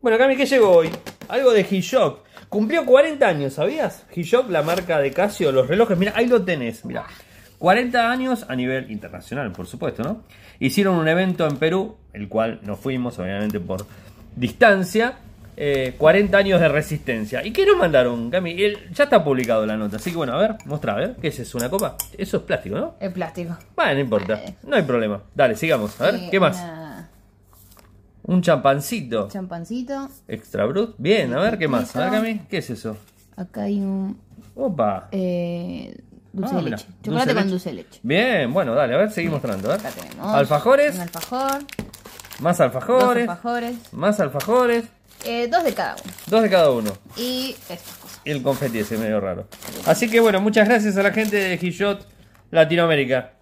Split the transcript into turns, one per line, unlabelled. Bueno, Cami, ¿qué llegó hoy? Algo de G-Shock. Cumplió 40 años, ¿sabías? G-Shock, la marca de Casio, los relojes. Mira, ahí lo tenés, mira. 40 años a nivel internacional, por supuesto, ¿no? Hicieron un evento en Perú, el cual nos fuimos, obviamente, por distancia. Eh, 40 años de resistencia. ¿Y qué nos mandaron, Cami? El- ya está publicado la nota, así que bueno, a ver, mostrá, a ver. ¿Qué es eso? ¿Una copa? Eso es plástico, ¿no?
El plástico.
Bueno, no importa, no hay problema. Dale, sigamos. A ver,
Y
¿qué más?
una-
Un champancito.
Champancito.
Extra brut. Bien, a ver, ¿qué más? A ver, Cami, ¿qué es eso?
Acá hay un
Opa.
eh, dulce
Ah,
de
mirá,
leche.
dulce
Chocolate
de
con
leche.
dulce de leche.
Bien, bueno, dale, a ver, seguimos mostrando. a ver.
Acá tenemos.
Alfajores,
Un alfajor.
más
Dos
alfajores,
alfajores.
más alfajores,
Eh, dos de cada uno.
dos de cada uno.
Y estas cosas.
Y el confeti ese medio raro. Así que bueno, muchas gracias a la gente de Gillot Latinoamérica.